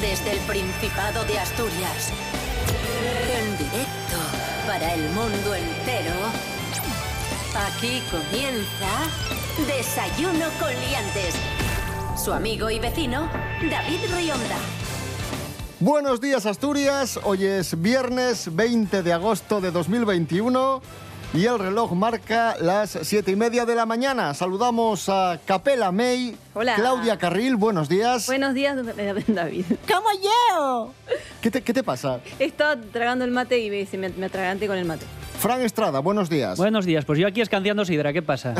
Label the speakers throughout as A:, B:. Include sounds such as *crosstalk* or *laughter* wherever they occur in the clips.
A: Desde el Principado de Asturias. En directo para el mundo entero. Aquí comienza Desayuno con Liantes. Su amigo y vecino, David Rionda.
B: Buenos días Asturias, hoy es viernes 20 de agosto de 2021 y el reloj marca las siete y media de la mañana. Saludamos a Capela May,
C: Hola.
B: Claudia Carril, buenos días.
C: Buenos días, *laughs* eh, David.
D: ¡Como yo!
B: ¿Qué, te, qué te pasa?
C: Estaba tragando el mate y me, se me, me atraganté con el mate.
B: Fran Estrada, buenos días.
E: Buenos días, pues yo aquí escanciando sidra, ¿qué pasa?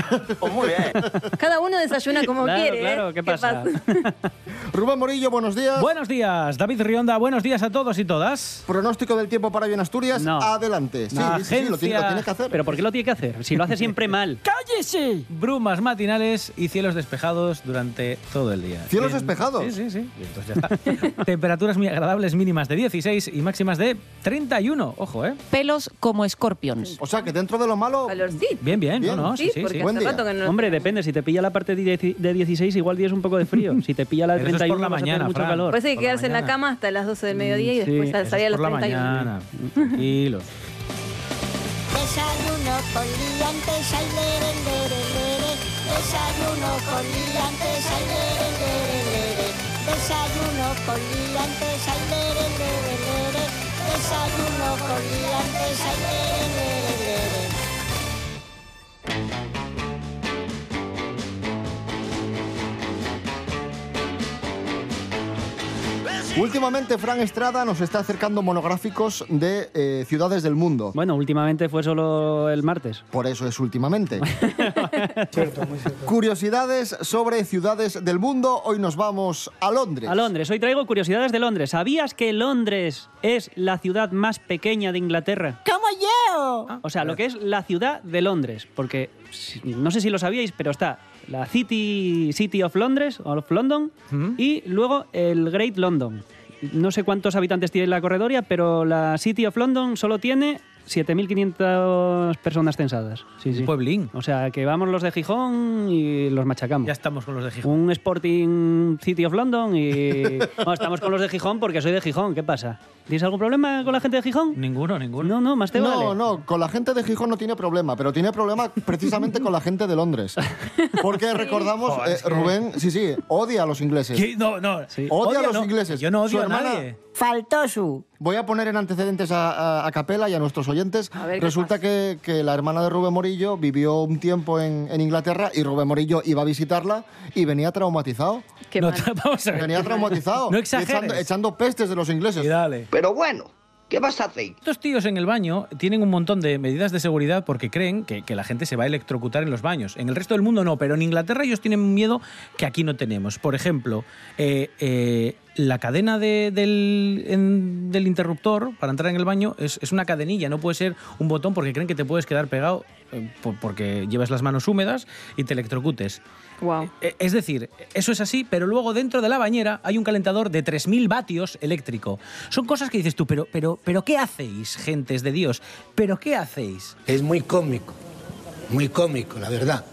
F: muy bien.
C: Cada uno desayuna como
E: *laughs* claro,
C: quiere. ¿eh?
E: claro, ¿qué pasa?
B: *laughs*
E: *laughs*
B: Rubén Morillo, buenos días.
E: buenos días, David Rionda, buenos días a todos y todas.
B: Pronóstico del tiempo para hoy en Asturias,
E: No.
B: adelante. Sí, sí, sí, lo, tiene- lo
E: Agencia-
B: tienes que hacer.
E: ¿Pero por qué lo tiene que hacer? Si lo hace
B: *laughs*
E: siempre mal.
D: ¡Cállese!
E: Brumas matinales y cielos despejados durante todo el día.
B: ¿Cielos
E: Bien.
B: despejados?
E: Sí, sí, sí. Y entonces ya
B: *laughs*
E: está. Temperaturas muy agradables, mínimas de 16 y máximas de 31. Ojo, ¿eh?
G: pelos como escorpions.
B: O sea que dentro de lo malo,
C: Calorcito.
E: Bien, bien,
B: Bien.
E: no, no, sí, sí.
C: porque
E: sí.
B: Buen
C: hace
B: día.
C: rato que no.
H: Hombre, depende. Si te pilla la parte de dieci- de 16, igual tienes un poco de frío. Si te pilla la de
E: Pero eso es
H: 31,
E: por la
H: vas a tener
E: mañana,
H: mucho
E: Fran.
H: calor.
C: Pues hay que
E: por la
C: quedarse en la
E: mañana. Mm,
C: cama hasta las 12 del mediodía y
H: Sí,
C: después
H: eso es
C: salir a las
E: por la
C: 31.
E: mañana. Tranquilos.
I: Desayuno con liantes, ay, lere, lere, lere. Desayuno con liantes, ay, lere, lere, lere. Desayuno con liantes, ay, lere, lere, lere. Desayuno con liantes, ay, lere, lere, lere.
B: últimamente Fran Estrada nos está acercando monográficos de eh, ciudades del mundo.
H: Bueno, últimamente fue solo el martes.
B: Por eso es últimamente. Curiosidades sobre ciudades del mundo. Hoy nos vamos a Londres.
H: A Londres. Hoy traigo curiosidades de Londres. ¿Sabías que Londres es la ciudad más pequeña de Inglaterra?
D: ¡Como yo!
H: O sea, lo que es la ciudad de Londres. Porque si- no sé si lo sabíais, pero está la City, City of Londres, of London, y luego el Great London. No sé cuántos habitantes tiene la corredoria, pero la City of London solo tiene 7.500 personas censadas. Sí, sí.
E: Pueblín.
H: O sea, que vamos los de Gijón y los machacamos.
E: Ya estamos con los de Gijón.
H: Un Sporting City of
B: *laughs*
H: London y... No, estamos con los de Gijón porque soy de Gijón. ¿Qué pasa? ¿Tienes algún problema con la gente de Gijón?
E: Ninguno, ninguno.
H: No, no, más te
B: no,
H: vale.
B: no, con la gente de Gijón no tiene problema, pero tiene problema precisamente con la gente de Londres. Porque recordamos,
E: Joder,
B: eh,
E: es que-
B: Rubén, sí, sí, odia a los ingleses.
E: ¿Qué? No, no.
B: Odia a los
E: no.
B: ingleses.
E: Yo no
B: Su
E: odio a
B: hermana-
E: nadie.
D: Faltó su.
B: Voy a poner en antecedentes a, a- a Capela y a nuestros oyentes.
C: A ver, ¿qué
B: Resulta
C: pasa?
B: que, que la hermana de Rubén Morillo vivió un tiempo en, en Inglaterra y Rubén Morillo iba a visitarla y venía traumatizado.
C: Qué
E: no,
C: mal.
E: *laughs* vamos a
H: *laughs*
E: ver.
B: Venía traumatizado.
E: No
B: y
E: exageres.
B: Echando, echando pestes de los ingleses.
E: Y dale.
F: Pero bueno, ¿qué vas a hacer?
E: Estos tíos en el baño tienen un montón de medidas de seguridad porque creen que, que la gente se va a electrocutar en los baños. En el resto del mundo no, pero en Inglaterra ellos tienen un miedo que aquí no tenemos. Por ejemplo, eh, eh, la cadena de- del, en- del interruptor para entrar en el baño es, es una cadenilla, no puede ser un botón porque creen que te puedes quedar pegado eh, por- porque llevas las manos húmedas y te electrocutes.
C: Wow.
E: Eh, Es decir, eso es así, pero luego dentro de la bañera hay un calentador de 3.000 vatios eléctrico. Son cosas que dices tú, pero, pero, pero ¿qué hacéis, gentes de Dios? ¿Pero qué hacéis?
J: Es muy cómico, muy cómico, la verdad.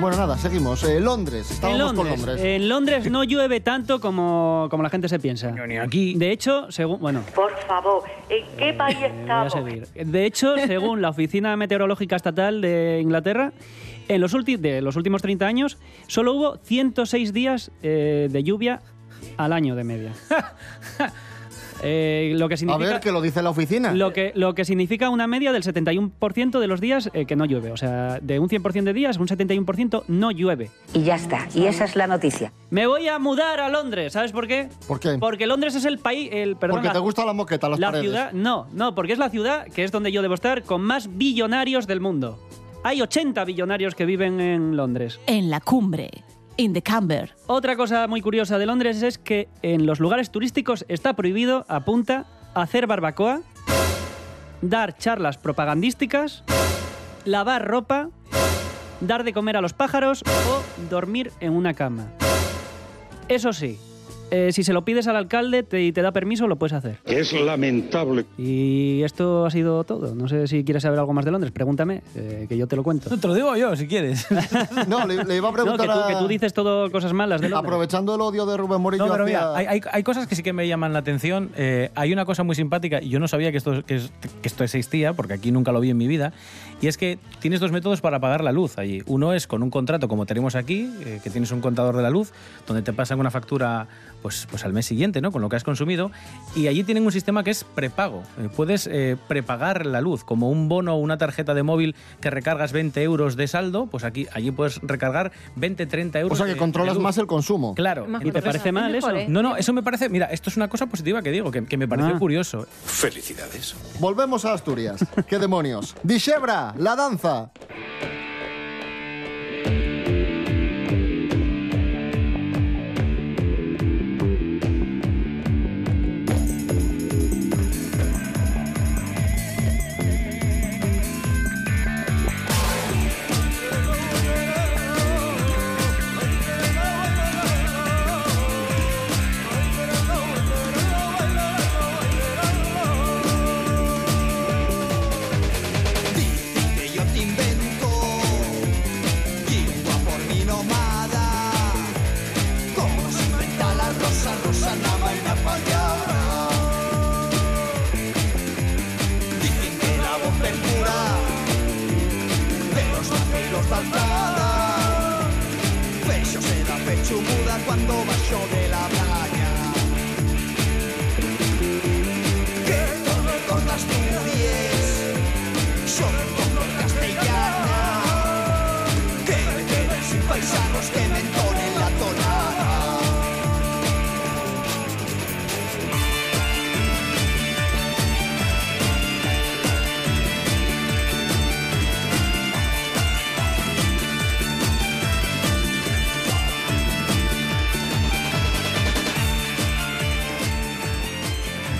B: Bueno, nada, seguimos. Eh, Londres,
H: En
B: estábamos
H: Londres, eh,
B: con Londres.
H: en Londres no llueve tanto como, como la gente se piensa.
E: aquí.
H: De hecho, según... Bueno, Eh,
K: Por favor, ¿en qué país
H: voy a
K: estamos?
H: seguir. De hecho, según la Oficina Meteorológica Estatal de Inglaterra, en los, ulti- de los últimos 30 años solo hubo 106 días eh, de lluvia al año
B: *laughs*
H: de media. Eh, lo que
B: A
H: significa...
B: ver, que lo dice la oficina.
H: Lo que, lo que significa una media del 71% de los días eh, que no llueve. O sea, de un 100% de días, un 71% no llueve.
K: Y ya está, y esa es la noticia.
H: Me voy a mudar a Londres, ¿sabes por qué?
B: ¿Por qué?
H: Porque Londres es el país... El, perdón,
B: Porque
H: la-
B: te gusta la moqueta, las
H: la
B: paredes.
H: ciudad... No, no, porque es la ciudad, que es donde yo debo estar, con más billonarios del mundo. Hay 80 billonarios que viven en Londres.
G: En la cumbre, in the camber.
H: Otra cosa muy curiosa de Londres es que en los lugares turísticos está prohibido, apunta, hacer barbacoa, dar charlas propagandísticas, lavar ropa, dar de comer a los pájaros o dormir en una cama. Eso sí, eh, si se lo pides al alcalde te- y te da permiso, lo puedes hacer.
L: Es lamentable.
H: Y esto ha sido todo. No sé si quieres saber algo más de Londres. Pregúntame, eh, que yo te lo cuento.
E: No, te lo digo yo, si quieres.
B: *laughs* No, le, le iba a
H: No, que,
B: preguntar
H: tú, que
B: a-
H: tú dices todo cosas malas de Londres.
B: Aprovechando el odio de Rubén Morillo
E: No, pero
B: hacia-
E: mira, hay, hay- hay cosas que sí que me llaman la atención. Eh, hay una cosa muy simpática, y yo no sabía que esto, que, es- que esto existía, porque aquí nunca lo vi en mi vida, y es que tienes dos métodos para pagar la luz allí. Uno es con un contrato, como tenemos aquí, eh, que tienes un contador de la luz, donde te pasan una factura pues, pues al mes siguiente, ¿no? Con lo que has consumido, y allí tienen un sistema que es prepago. Eh, puedes eh, prepagar la luz, como un bono o una tarjeta de móvil que recargas 20 euros de saldo, pues aquí allí puedes recargar 20, 30 euros.
B: O sea, que
H: eh,
E: de- de
B: controlas
E: luz.
B: más el consumo.
E: Claro.
C: Más
E: entonces-
C: controlado.
H: parece mal
C: Es mejor,
H: eso?
C: ¿eh?
E: no, no, eso me parece. Mira, esto es una cosa positiva que digo, que, que me pareció
H: Ah.
E: curioso.
L: Felicidades.
B: Volvemos a Asturias. ¡Qué demonios! Dishebra, la danza.
M: que yo te invento Yigua por mi nomada Como se inventa la rosa, rosa nava y napayara Dicen que la bomba es pura De los vaqueros de alzada Pecho se da pecho muda cuando bajo de la playa Que todo el gordo Asturias son como castellana que me queden sin paisanos que me entonen la tonada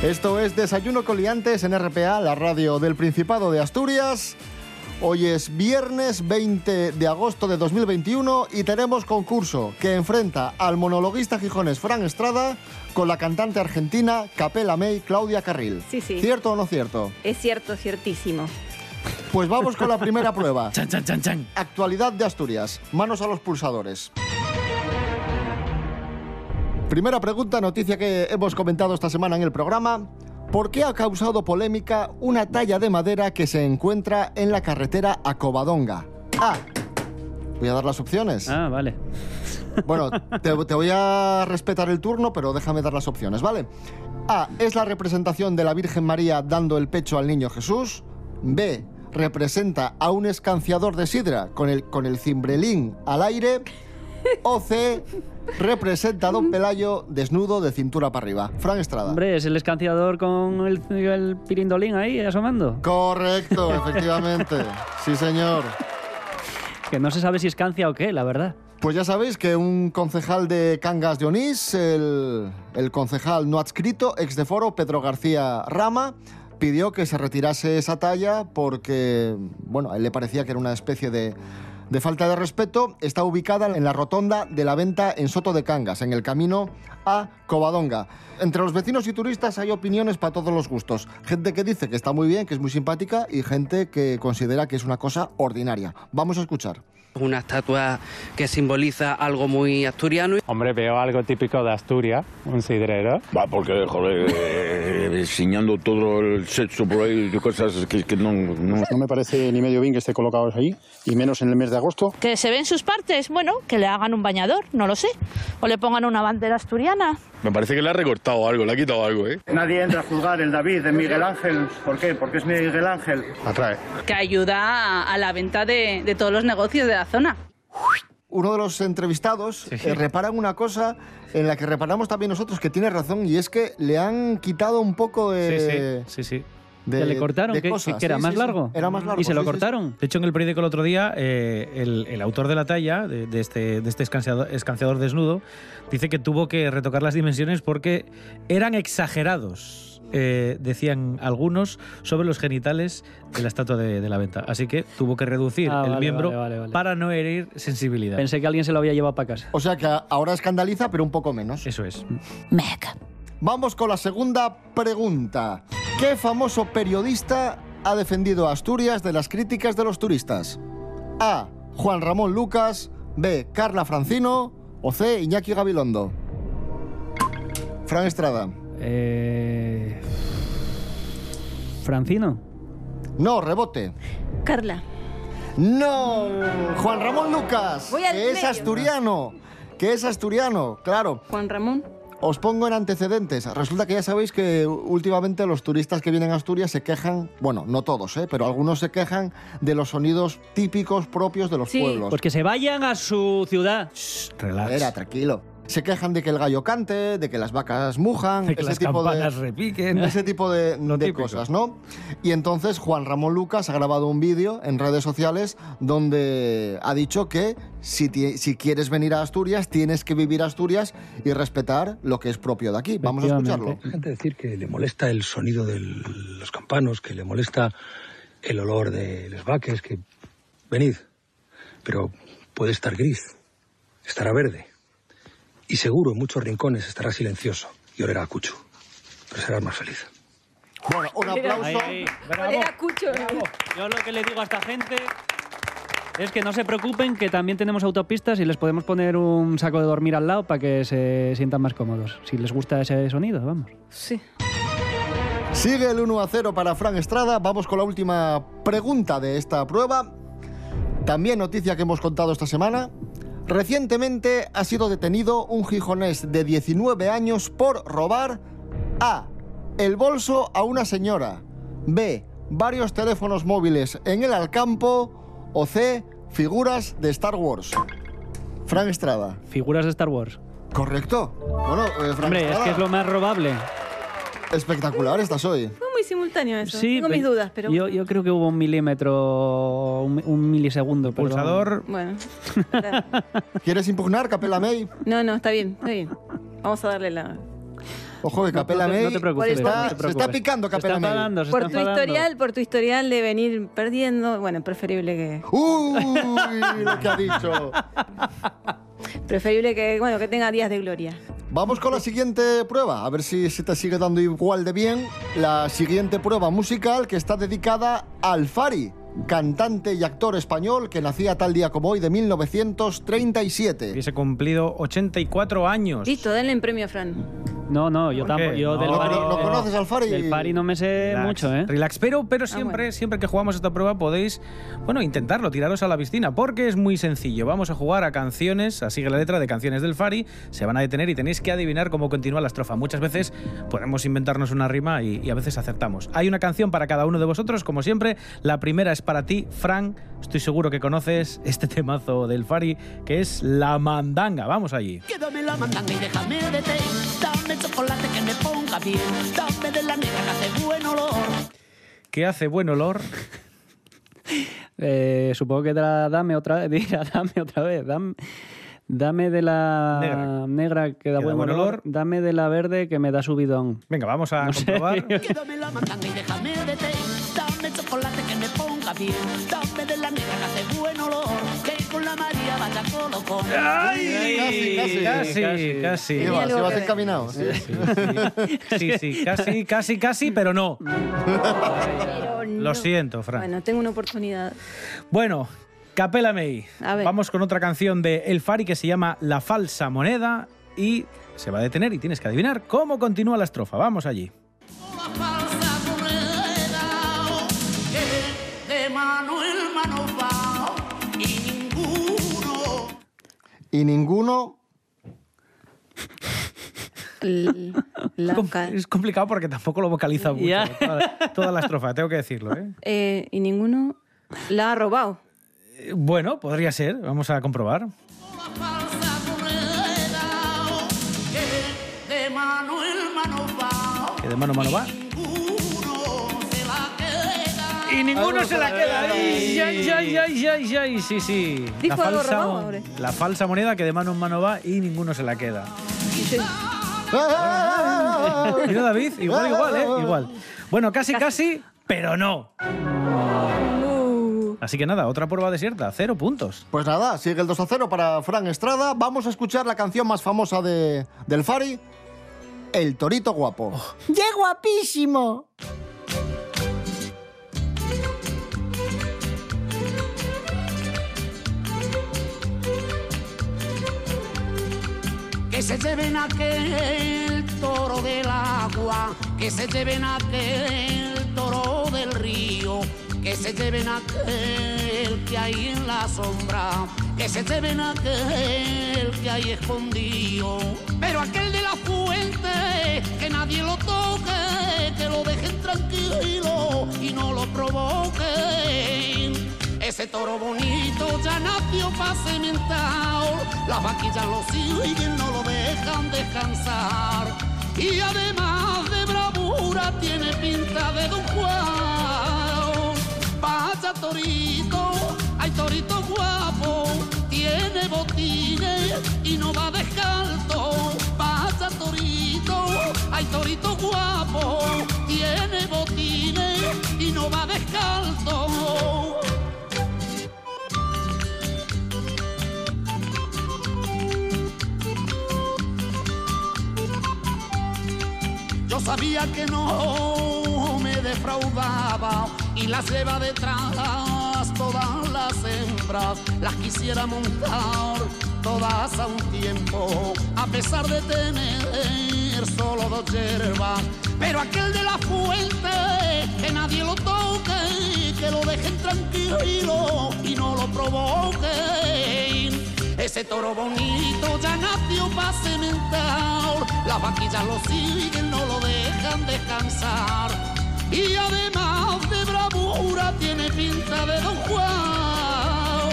B: Esto es Desayuno con Liantes en RPA, la radio del Principado de Asturias. Hoy es viernes 20 de agosto de 2021 y tenemos concurso que enfrenta al monologuista gijones Fran Estrada con la cantante argentina Capela May Claudia Carril.
C: Sí, sí.
B: ¿Cierto o no cierto?
C: Es cierto, ciertísimo.
B: Pues vamos con la
C: *laughs*
B: primera prueba.
E: Chan, chan, chan, chan.
B: Actualidad de Asturias. Manos a los pulsadores. Primera pregunta, noticia que hemos comentado esta semana en el programa. ¿Por qué ha causado polémica una talla de madera que se encuentra en la carretera a Covadonga? A. Voy a dar las opciones.
H: Ah, vale.
B: Bueno, te, te voy a respetar el turno, pero déjame dar las opciones, ¿vale? A. Es la representación de la Virgen María dando el pecho al niño Jesús. B. Representa a un escanciador de sidra con el, con el cimbrelín al aire. O C. Representa a don Pelayo desnudo de cintura para arriba. Fran Estrada.
H: Hombre, es el escanciador con el, el pirindolín ahí asomando.
B: Correcto, efectivamente. Sí, señor.
H: Que no se sabe si escancia o qué, la verdad.
B: Pues ya sabéis que un concejal de Cangas de Onís, el, el concejal no adscrito, ex de foro, Pedro García Rama, pidió que se retirase esa talla porque, bueno, a él le parecía que era una especie de, de falta de respeto. Está ubicada en la rotonda de la venta en Soto de Cangas, en el camino a Covadonga. Entre los vecinos y turistas hay opiniones para todos los gustos. Gente que dice que está muy bien, que es muy simpática y gente que considera que es una cosa ordinaria. Vamos a escuchar.
N: Una estatua que simboliza algo muy asturiano.
O: Hombre, veo algo típico de Asturias, un sidrero.
P: Va, porque, joder, eh, enseñando todo el sexo por ahí, cosas que, que no, no...
Q: No me parece ni medio bien que esté colocados ahí, y menos en el mes de agosto.
R: Que se ven sus partes, bueno, que le hagan un bañador, no lo sé. O le pongan una bandera asturiana.
S: Me parece que le ha recortado algo, le ha quitado algo, ¿eh?
T: Nadie entra a juzgar el David de Miguel Ángel. ¿Por qué? Porque es Miguel Ángel. Atrae.
U: que ayuda a, a la venta de, de todos los negocios de la zona.
B: uno de los entrevistados eh, repara en una cosa en la que reparamos también nosotros, que tiene razón, y es que le han quitado un poco de...
E: Sí, sí, sí.
B: de-
H: ¿Que le cortaron?
B: de
H: ¿Que-
B: cosas.
H: que era
B: Sí,
H: más
B: sí, sí.
H: largo?
B: Era más largo.
H: ¿Y se lo
B: sí, sí, sí.
H: cortaron?
E: De hecho, en el periódico el otro día, eh, el, el autor de la talla, de, de este, de este escanciador, escanciador desnudo, dice que tuvo que retocar las dimensiones porque eran exagerados. eh, decían algunos, sobre los genitales de la estatua de, de la venta. Así que tuvo que reducir
H: Ah,
E: el
H: vale,
E: miembro
H: vale, vale, vale.
E: para no herir sensibilidad.
H: Pensé que alguien se lo había llevado para casa.
B: O sea que ahora escandaliza, pero un poco menos.
E: Eso es.
B: Mega. Vamos con la segunda pregunta. ¿Qué famoso periodista ha defendido a Asturias de las críticas de los turistas? A. Juan Ramón Lucas. B. Carla Francino. O C. Iñaki Gabilondo. Fran Estrada.
H: Eh, Francino.
B: No, rebote.
C: Carla.
B: No, Juan Ramón Lucas,
C: Voy al
B: que es
C: medio.
B: asturiano, que es asturiano, claro.
C: Juan Ramón.
B: Os pongo en antecedentes. Resulta que ya sabéis que últimamente los turistas que vienen a Asturias se quejan, bueno, no todos, ¿eh? pero algunos se quejan de los sonidos típicos propios de los pueblos.
H: Pues que se vayan a su ciudad.
E: Relax.
B: Era, tranquilo. Se quejan de que el gallo cante, de que las vacas mujan,
E: De que las campanas
H: Eh,
E: repiquen.
B: ese tipo de, de
E: típico.
B: cosas, ¿no? Y entonces Juan Ramón Lucas ha grabado un vídeo en redes sociales donde ha dicho que si, ti- si quieres venir a Asturias, tienes que vivir Asturias y respetar lo que es propio de aquí. Vamos a escucharlo.
A: Hay gente decir que le molesta el sonido de los campanos, que le molesta el olor de los vaques, que venid, pero puede estar gris, estará verde y seguro en muchos rincones estará silencioso y olerá a cuchu, pero serás más feliz.
B: Bueno, un aplauso.
H: Ahí, ahí. Bravo, bravo.
C: eh.
H: Yo lo que le digo a esta gente es que no se preocupen, que también tenemos autopistas y les podemos poner un saco de dormir al lado para que se sientan más cómodos. Si les gusta ese sonido, vamos.
C: Sí.
B: Sigue el 1 a 0 para Fran Estrada. Vamos con la última pregunta de esta prueba. También noticia que hemos contado esta semana. Recientemente ha sido detenido un gijonés de 19 años por robar A. El bolso a una señora. B. Varios teléfonos móviles en el Alcampo. O C. Figuras de Star Wars. Fran Estrada.
H: Figuras de Star Wars.
B: Correcto. Bueno, eh, Fran
H: Hombre, es
B: Estrada,
H: que es lo más robable.
B: espectacular estás hoy.
C: Fue muy simultáneo eso.
H: Sí,
C: Tengo mis
H: pe-
C: dudas, pero.
H: Yo, yo creo que hubo un milímetro, un, un milisegundo. perdón.
E: Pulsador. *laughs*
C: Bueno.
B: ¿Quieres impugnar, Capela May?
C: No, no, está bien, está bien. Vamos a darle la.
B: Ojo que Capela
H: no te-
B: May
H: no te preocupes,
B: se está,
H: no te preocupes.
B: se está picando
H: Se está
B: Capela May.
H: enfadando, se
C: Por
H: está
C: tu
H: enfadando.
C: historial, por tu historial de venir perdiendo, bueno, preferible que.
H: *laughs*
B: ¡Uy! Lo que ha dicho.
C: Preferible que, bueno, que tenga días de gloria.
B: Vamos con la siguiente prueba, a ver si se te sigue dando igual de bien. La siguiente prueba musical que está dedicada al Fari, cantante y actor español que nacía tal día como hoy de 1937.
E: Hubiese cumplido 84 años.
C: Listo, denle en premio a Fran.
H: No, no, yo
E: ¿Por qué?
H: tampoco. Yo
E: No.
H: del
E: ¿No
H: Fari-
E: cono- no
H: del-
E: conoces al Fari?
H: Del Fari no me sé
E: Relax,
H: mucho, ¿eh?
E: Relax, pero, pero siempre, siempre que jugamos esta prueba podéis, bueno, intentarlo, tiraros a la piscina, porque es muy sencillo. Vamos a jugar a canciones, así que la letra de canciones del Fari, se van a detener y tenéis que adivinar cómo continúa la estrofa. Muchas veces podemos inventarnos una rima y, y a veces acertamos. Hay una canción para cada uno de vosotros, como siempre. La primera es para ti, Fran. Estoy seguro que conoces este temazo del Fari, que es La Mandanga. Vamos allí.
V: Quédame la mandanga y déjame de té. Dame chocolate que me ponga bien. Dame de la negra que hace buen olor.
E: Que hace buen olor.
H: Eh, supongo que da- dame otra vez, *laughs* dirá, dame otra vez, dame, dame de la
E: Negra.
H: que da buen, olor, dame de la verde que me da subidón.
E: Venga, vamos a
H: *laughs*
E: comprobar.
V: Quédame la mandanga y déjame de té. Dame chocolate que me ponga bien. Dame de la negra que hace buen olor. Que con la María vaya colocón.
B: Casi, casi.
E: Casi, casi.
B: ¿Qué vas? ¿Ibas encaminado? ¿eh? Sí.
E: Sí, sí, casi, casi, casi, pero no.
C: Pero no.
E: Lo siento, Fran.
C: Bueno, tengo una oportunidad.
E: Bueno, Capela May.
C: A ver.
E: Vamos con otra canción de El Fari que se llama La falsa moneda y se va a detener y tienes que adivinar cómo continúa la estrofa. Vamos allí.
V: De mano en mano va. Y ninguno.
B: Y ninguno...
C: La
E: Com-
C: ca-
E: Es complicado porque tampoco lo vocaliza mucho.
C: Ya.
E: Toda, toda la estrofa, tengo que decirlo. ¿eh?
C: eh, y ninguno la ha robado.
E: Eh, Bueno, podría ser. Vamos a comprobar.
V: De mano en mano va.
E: Que de mano a mano va. Y ninguno se la queda. Ay, ay, ay, ay, ay, ay, sí, sí.
V: Dijo
E: la,
V: algo
E: falsa,
V: robado,
E: mon-
V: hombre.
E: la falsa moneda que de mano en mano va y ninguno se la queda.
V: Y se-
E: Mira, David, igual, igual, ¿eh? Igual. Bueno, casi, casi, pero no. Así que nada, otra prueba desierta, cero puntos.
B: Pues nada, sigue el 2 a 0 para Fran Estrada. Vamos a escuchar la canción más famosa de, del Fari, El Torito Guapo.
D: ¡Qué guapísimo!
V: Que se lleven aquel toro del agua, que se lleven aquel toro del río, que se lleven aquel que hay en la sombra, que se lleven aquel que hay escondido. Pero aquel de la fuente, que nadie lo toque, que lo dejen tranquilo y no lo provoquen. Ese toro bonito ya nació pa' cementar. Las vaquillas lo siguen, no lo dejan descansar. Y además de bravura tiene pinta de Don Juan. Vaya torito, hay torito guapo. Tiene botines y no va descalzo. Vaya torito, hay torito guapo. Tiene botines y no va descalzo. Yo sabía que no me defraudaba y las lleva detrás todas las hembras. Las quisiera montar todas a un tiempo, a pesar de tener solo dos hierbas. Pero aquel de la fuente, que nadie lo toque, que lo dejen tranquilo y no lo provoquen. Ese toro bonito ya nació para cementar. Las vaquillas lo siguen, no lo dejan descansar. Y además de bravura tiene pinta de Don Juan.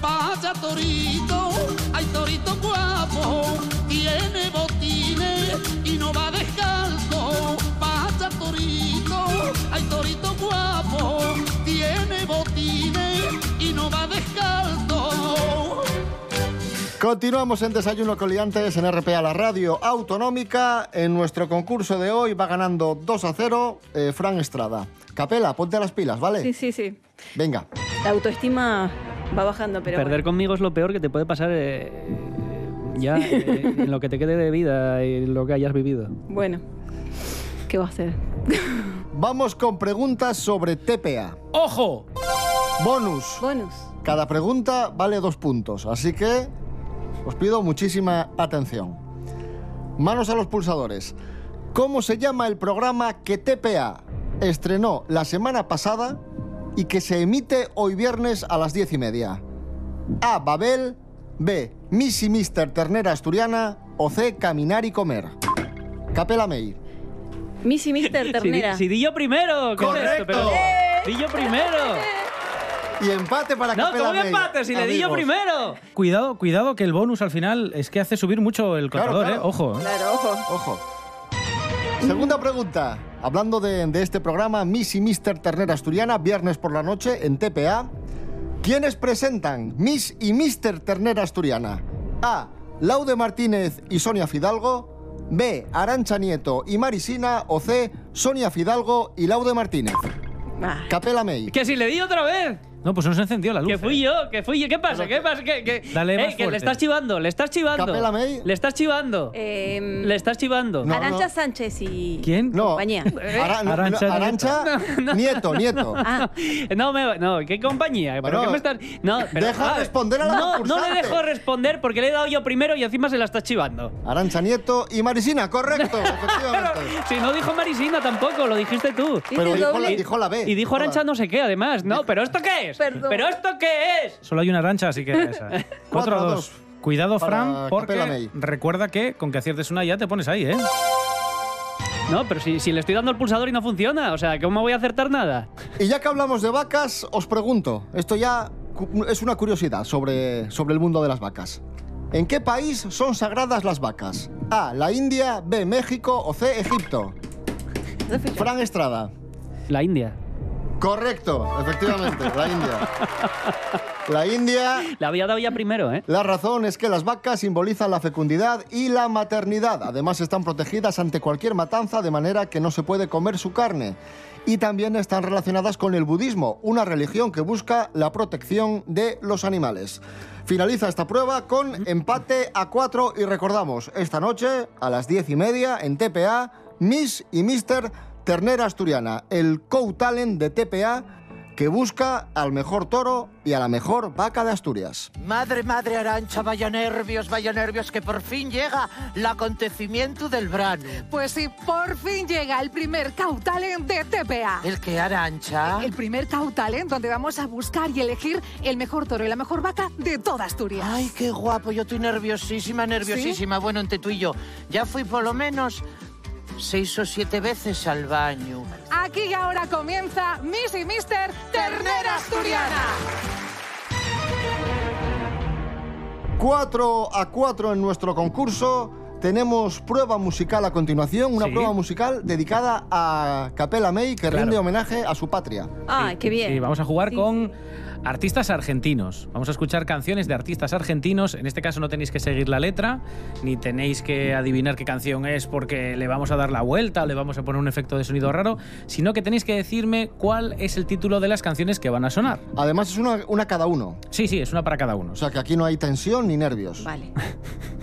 V: Vaya torito, hay torito guapo. Tiene botines y no va descalzo. Vaya torito, hay torito guapo. Tiene botines y no va descalzo.
B: Continuamos en Desayuno con Liantes en RPA, la radio autonómica. En nuestro concurso de hoy va ganando 2 a 0 eh, Fran Estrada. Capela, ponte las pilas, ¿vale?
C: Sí, sí, sí.
B: Venga.
C: La autoestima va bajando, pero.
H: Perder conmigo es lo peor que te puede pasar eh, *laughs* ya eh, en lo que te quede de vida y lo que hayas vivido.
C: Bueno, ¿qué va a hacer?
B: Vamos con preguntas sobre TPA.
E: ¡Ojo!
B: Bonus.
C: Bonus.
B: Cada pregunta vale dos puntos, así que os pido muchísima atención. Manos a los pulsadores. ¿Cómo se llama el programa que TPA estrenó la semana pasada y que se emite hoy viernes a las diez y media? A. Babel. B. Miss y Mister Ternera Asturiana. O C. Caminar y Comer. Capela Meir.
C: Miss y Mister
H: Si, di-
C: Ternera.
H: si di yo primero, ¿qué es esto?
B: Correcto.
H: Pero-
B: ¡Eh!
H: di yo primero.
B: Y empate para
H: No,
B: Capela
H: ¿cómo que
B: Meir.
H: empate? Si le di yo
B: amigos.
H: primero.
E: Cuidado, cuidado que el bonus al final es que hace subir mucho el
B: Claro,
E: contador,
B: claro.
E: ¿eh? Ojo. ¿eh?
C: Claro, ojo.
B: Ojo. Segunda pregunta. Hablando de, de este programa, Miss y Mister Ternera Asturiana, viernes por la noche en TPA. ¿Quiénes presentan Miss y Mister Ternera Asturiana? A. Laude Martínez y Sonia Fidalgo. B. Arancha Nieto y Marisina. O C. Sonia Fidalgo y Laude Martínez.
C: Ah,
B: Capela May.
H: Que si le di otra vez.
E: No, pues no se encendió la luz.
H: Que fui yo, que fui yo. ¿Qué pasa? ¿Qué pasa? ¿Qué, qué?
E: Dale
H: Eh,
E: más
H: que
E: fuerte.
H: le estás chivando, le estás
B: Capela
H: chivando.
B: May. Eh,
H: Le estás chivando.
C: em,
H: Le estás chivando.
B: No, no.
C: Arancha Sánchez y
E: ¿Quién?
B: No.
C: compañía. *laughs*
B: Ara- no,
E: Arantxa
B: no, Arantxa Nieto, Nieto.
C: Ah,
H: No, me, no, ¿qué compañía? ¿Pero
B: Bueno,
H: qué me estás.? No, pero-
B: deja
H: ah,
B: responder a la
H: No, no
B: concursante.
H: le dejo responder porque le he dado yo primero y encima se la estás chivando.
B: Arancha Nieto y Marisina, correcto, efectivamente.
H: Si no dijo Marisina tampoco, lo dijiste tú.
B: Pero
C: Dice
B: dijo
C: doble.
B: la, dijo la B.
H: Y dijo
B: la-
H: Arancha no sé qué, además. No, pero ¿esto qué es?
C: Perdón.
H: ¿Pero esto qué es?
E: Solo hay una rancha, así que
B: *laughs*
E: esa. 4 a 2.
B: dos.
E: Cuidado,
B: Para
E: Fran,
B: Capela
E: porque
B: May.
E: recuerda que con que aciertes una ya te pones ahí, ¿eh?
H: No, pero si, si le estoy dando el pulsador y no funciona, o sea, ¿cómo voy a acertar nada?
B: Y ya que hablamos de vacas, os pregunto, esto ya cu- es una curiosidad sobre, sobre el mundo de las vacas. ¿En qué país son sagradas las vacas? A, la India, B, México o C, Egipto. Fran Estrada.
H: La India.
B: Correcto, efectivamente, la India. La India.
H: La había dado ya primero, ¿eh?
B: La razón es que las vacas simbolizan la fecundidad y la maternidad. Además, están protegidas ante cualquier matanza, de manera que no se puede comer su carne. Y también están relacionadas con el budismo, una religión que busca la protección de los animales. Finaliza esta prueba con empate a cuatro y recordamos, esta noche a las diez y media en TPA, Miss y Mister Ternera Asturiana, el co-talent de TPA que busca al mejor toro y a la mejor vaca de Asturias.
F: Madre, madre Arancha, vaya nervios, vaya nervios, que por fin llega el acontecimiento del verano.
I: Pues sí, por fin llega el primer Cautalent de TPA.
F: El que Arancha.
I: El primer Cautalent donde vamos a buscar y elegir el mejor toro y la mejor vaca de toda Asturias.
F: Ay, qué guapo, yo estoy nerviosísima, nerviosísima. Bueno, entre tú y yo, ya fui por lo menos seis o siete veces al baño.
I: Aquí y ahora comienza Miss y Mister Ternera Asturiana.
B: 4 a 4 en nuestro concurso. Tenemos prueba musical a continuación, una
H: Sí.
B: prueba musical dedicada a Capela May que
E: Claro.
B: rinde homenaje a su patria.
C: Ay, qué bien.
E: Sí, vamos a jugar con artistas argentinos. Vamos a escuchar canciones de artistas argentinos. En este caso no tenéis que seguir la letra, ni tenéis que adivinar qué canción es porque le vamos a dar la vuelta o le vamos a poner un efecto de sonido raro, sino que tenéis que decirme cuál es el título de las canciones que van a sonar.
B: Además es una, una cada uno,
E: Sí, sí, es una para cada uno.
B: o sea que aquí no hay tensión ni nervios.
C: Vale.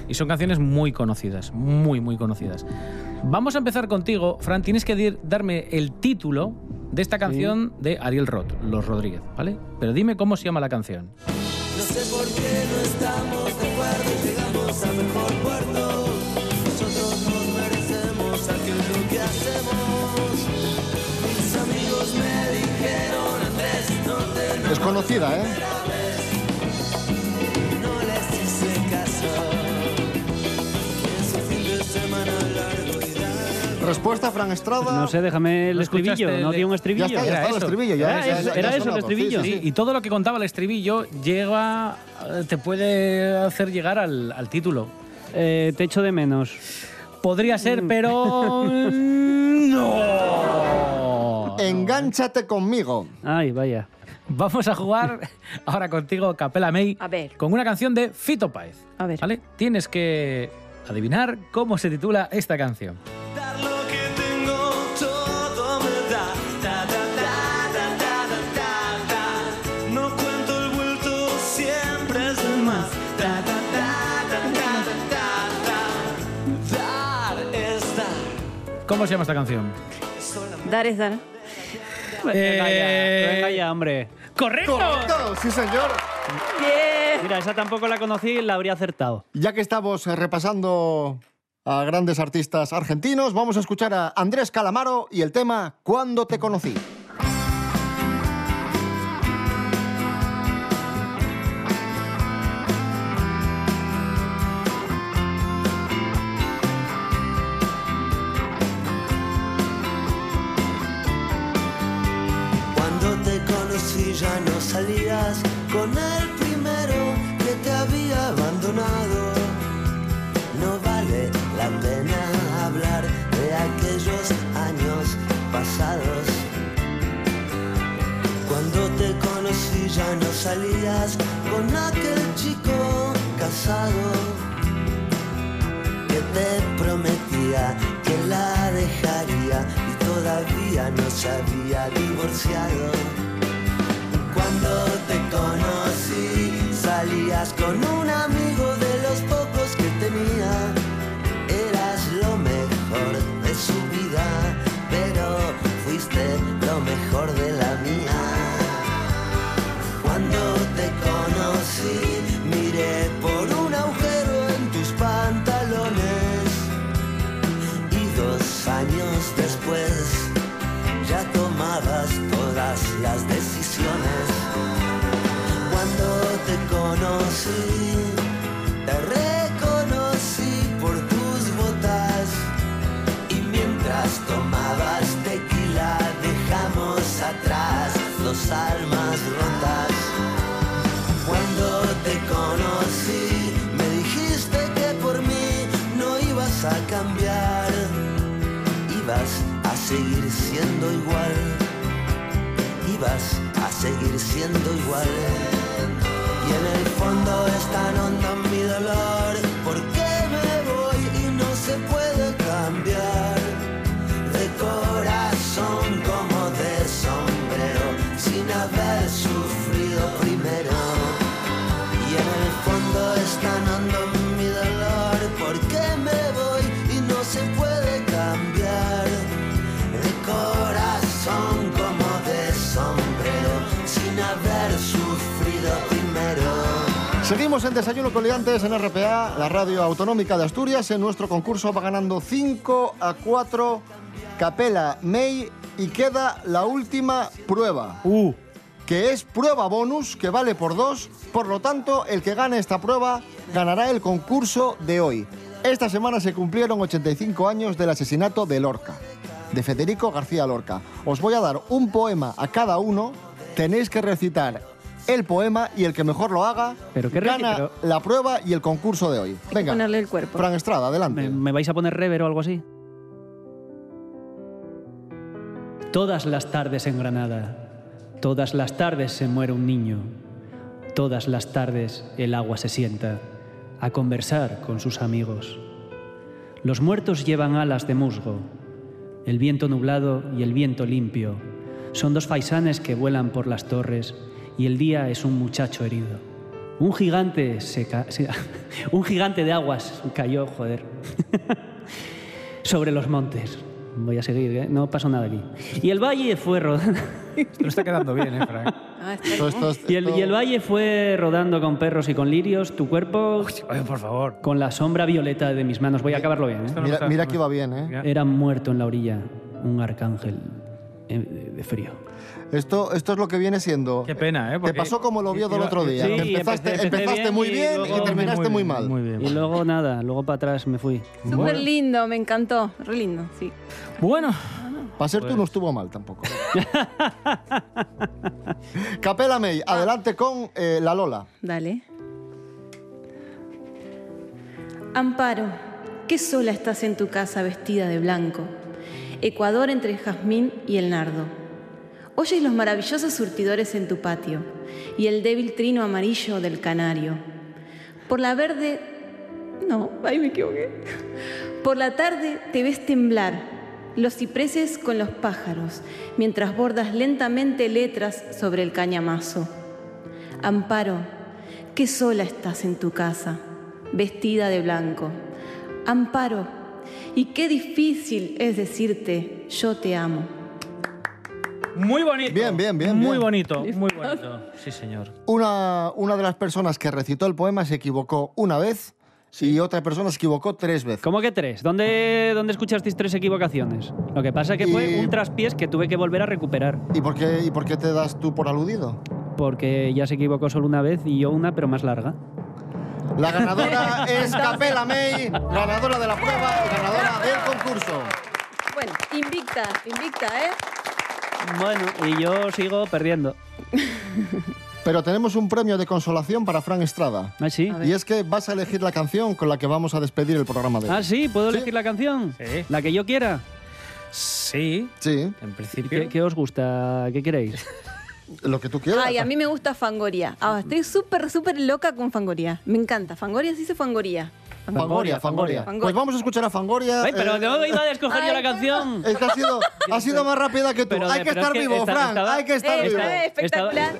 E: Y son canciones muy conocidas, muy, muy conocidas. Vamos a empezar contigo, Fran. Tienes que dir- darme el título de esta canción de Ariel Roth, Los Rodríguez, ¿vale? Pero dime cómo se llama la canción.
M: No sé por qué no estamos de acuerdo y llegamos a mejor puerto. Nosotros nos merecemos aquello que hacemos. Mis amigos me dijeron, Andrés, no te
B: Es conocida, ¿eh?
M: enojes, no les hice caso. Es un fin de semana largo y
B: Respuesta, Fran Estrada.
H: No sé, déjame el
E: ¿No escuchaste
H: estribillo. No
E: el-
H: tiene un estribillo.
B: Ya está, ya está el estribillo, ya,
H: Era
B: ya, ya,
H: eso,
B: ya
H: era eso el
B: sonaba, sí,
H: estribillo.
B: sí,
E: Sí, y todo lo que contaba el estribillo llega, eh, te puede hacer llegar al, al título.
H: Eh, te echo de menos.
E: Podría ser,
H: *laughs*
E: pero mm, no.
B: Engánchate conmigo.
H: Ay, vaya.
E: Vamos a jugar ahora contigo, Capela May,
C: A ver.
E: con una canción de Fito Páez.
C: A ver.
E: ¿Vale? Tienes que adivinar cómo se titula esta canción.
M: Dar lo que tengo, todo me da. Da, da, da, da, da, da, da, da. No cuento el vuelto, siempre es de más. Da, da, da, da, da, da, da, da. Dar es dar.
E: ¿Cómo se llama esta canción?
C: Dar es dar.
H: Venga ya,
E: Eh,
H: venga ya, hombre.
E: ¡Correcto!
B: Correcto, sí señor.
C: Bien.
H: Mira, esa tampoco la conocí, la habría acertado.
B: Ya que estamos eh, repasando a grandes artistas argentinos, vamos a escuchar a Andrés Calamaro y el tema Cuando te conocí.
M: Cuando te conocí ya no salías con el primero que te había abandonado. No vale la pena hablar de aquellos años pasados. Cuando te conocí ya no salías con aquel chico casado que te prometía que la dejaría y todavía no se había divorciado. Cuando te conocí salías con un amigo de los pocos que tenía. Eras lo mejor de su vida, pero fuiste lo mejor de la mía. Cuando te conocí, miré por un agujero en tus pantalones. Y dos años después, ya tomabas todas las decisiones. Cuando te conocí, te reconocí por tus botas. Y mientras tomabas tequila dejamos atrás dos almas rotas. Cuando te conocí me dijiste que por mí no ibas a cambiar, ibas a seguir siendo igual, ibas a seguir siendo igual. Y en el fondo es tan hondo mi dolor, porque me voy y no se puede cambiar. De corazón como de sombrero, sin haber sufrido primero. Y en el fondo es tan hondo mi dolor, porque me voy y no se puede cambiar. De corazón como de sombrero, sin haber sufrido primero.
B: Seguimos en Desayuno con Liantes en RPA, la radio autonómica de Asturias. En nuestro concurso va ganando 5 a 4 Capela May y queda la última prueba.
H: Uh.
B: Que es prueba bonus que vale por dos. Por lo tanto, el que gane esta prueba ganará el concurso de hoy. Esta semana se cumplieron 85 años del asesinato de Lorca, de Federico García Lorca. Os voy a dar un poema a cada uno. Tenéis que recitar el poema y el que mejor lo haga
H: Pero qué reci-
B: gana
H: pero-
B: la prueba y el concurso de hoy. Venga,
C: ponerle el cuerpo.
B: Fran Estrada, adelante.
H: ¿Me, me vais a poner rever o algo así? Todas las tardes en Granada, todas las tardes se muere un niño, todas las tardes el agua se sienta a conversar con sus amigos. Los muertos llevan alas de musgo, el viento nublado y el viento limpio son dos faisanes que vuelan por las torres y el día es un muchacho herido. Un gigante se ca- se- *laughs* un gigante de aguas cayó, joder, *laughs* sobre los montes. Voy a seguir, ¿eh? no pasó nada aquí. Y el valle fue rodando. Esto está quedando bien, eh, *laughs* Frank. *laughs* y, el, y el valle fue rodando con perros y con lirios, tu cuerpo. por favor. Con la sombra violeta de mis manos. Voy a acabarlo bien. ¿eh?
B: Mira, mira que iba bien, ¿eh?
H: Era muerto en la orilla un arcángel eh, de de frío.
B: Esto, esto es lo que viene siendo.
E: Qué pena, ¿eh?
B: Te pasó como lo vio del otro día.
H: Sí,
B: que empezaste
H: empecé- empecé
B: empezaste muy bien y,
H: luego-
B: terminaste muy, mal.
H: Y luego nada, luego para atrás me fui.
C: Súper lindo, me encantó. Re lindo, sí.
H: Bueno.
B: Para ser tú no estuvo mal tampoco. *laughs* Capela May, adelante con eh, la Lola.
C: Dale. Amparo, qué sola estás en tu casa vestida de blanco. Ecuador entre el jazmín y el nardo. Oyes los maravillosos surtidores en tu patio y el débil trino amarillo del canario. Por la verde... No, ahí me equivoqué. Por la tarde te ves temblar los cipreses con los pájaros mientras bordas lentamente letras sobre el cañamazo. Amparo, qué sola estás en tu casa, vestida de blanco. Amparo, y qué difícil es decirte, yo te amo.
E: Muy bonito.
B: Bien, bien, bien.
E: Muy
B: bien.
E: bonito, muy bonito. Sí, señor.
B: Una, una de las personas que recitó el poema se equivocó una vez y otra persona se equivocó tres veces.
H: ¿Cómo que tres? ¿Dónde, ¿Dónde escuchasteis tres equivocaciones? Lo que pasa es que fue
B: Y-
H: un traspiés que tuve que volver a recuperar.
B: ¿Y por, qué, ¿Y por qué te das tú por aludido?
H: Porque ya se equivocó solo una vez y yo una, pero más larga.
B: La ganadora es Capela May, ganadora de la prueba y ganadora del concurso.
C: Bueno, invicta, invicta, ¿eh?
H: Bueno, y yo sigo perdiendo.
B: Pero tenemos un premio de consolación para Fran Estrada.
H: Ah, sí.
B: Y es que vas a elegir la canción con la que vamos a despedir el programa de hoy.
H: Ah, sí, ¿puedo elegir la canción? La que yo quiera.
E: Sí.
B: Sí.
E: En principio.
H: ¿Qué, qué os gusta? ¿Qué queréis?
B: Lo que tú
C: Ay, a mí me gusta Fangoria. Ah, estoy súper, súper loca con Fangoria. Me encanta. Fangoria sí se Fangoria.
B: Fangoria, Fangoria. Pues vamos a escuchar a Fangoria.
H: Ay, pero
B: eh,
H: no iba a escoger yo la canción.
B: Es que ha sido,
H: *laughs*
B: ha sido más rápida que tú.
H: Pero-
B: hay que
H: pero
B: estar
H: es que
B: vivo,
H: esta-
B: Fran.
H: estaba-
B: hay que estar
H: Eh,
B: vivo.
H: estaba- espectacular.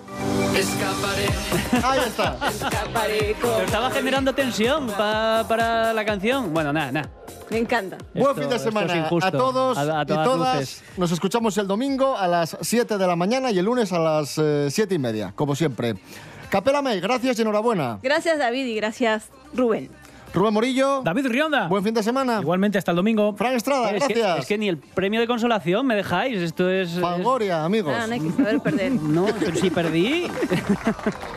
M: Escaparé,
B: Ahí
H: *laughs*
B: está.
M: escaparé
H: Pero estaba generando tensión pa- para la canción. Bueno, nada, nada.
C: Me encanta.
B: Buen
H: Esto-
B: fin de
H: esto es
B: semana
H: injusto.
B: a todos
H: A- a
B: y
H: todas
B: todas.
H: luces.
B: Nos escuchamos el domingo a las 7 de la mañana y el lunes a las eh, 7 y media, como siempre. Capela May, gracias y enhorabuena.
C: Gracias, David, y gracias, Rubén.
B: Rubén Morillo.
E: David Rionda.
B: Buen fin de semana.
E: Igualmente, hasta el domingo.
B: Fran Estrada,
H: Es que,
B: gracias.
H: es que ni el premio de consolación me dejáis. Esto es. Ah, es-
B: Fangoria, amigos.
C: Ah, no hay que saber perder.
H: No, pero si perdí.
V: este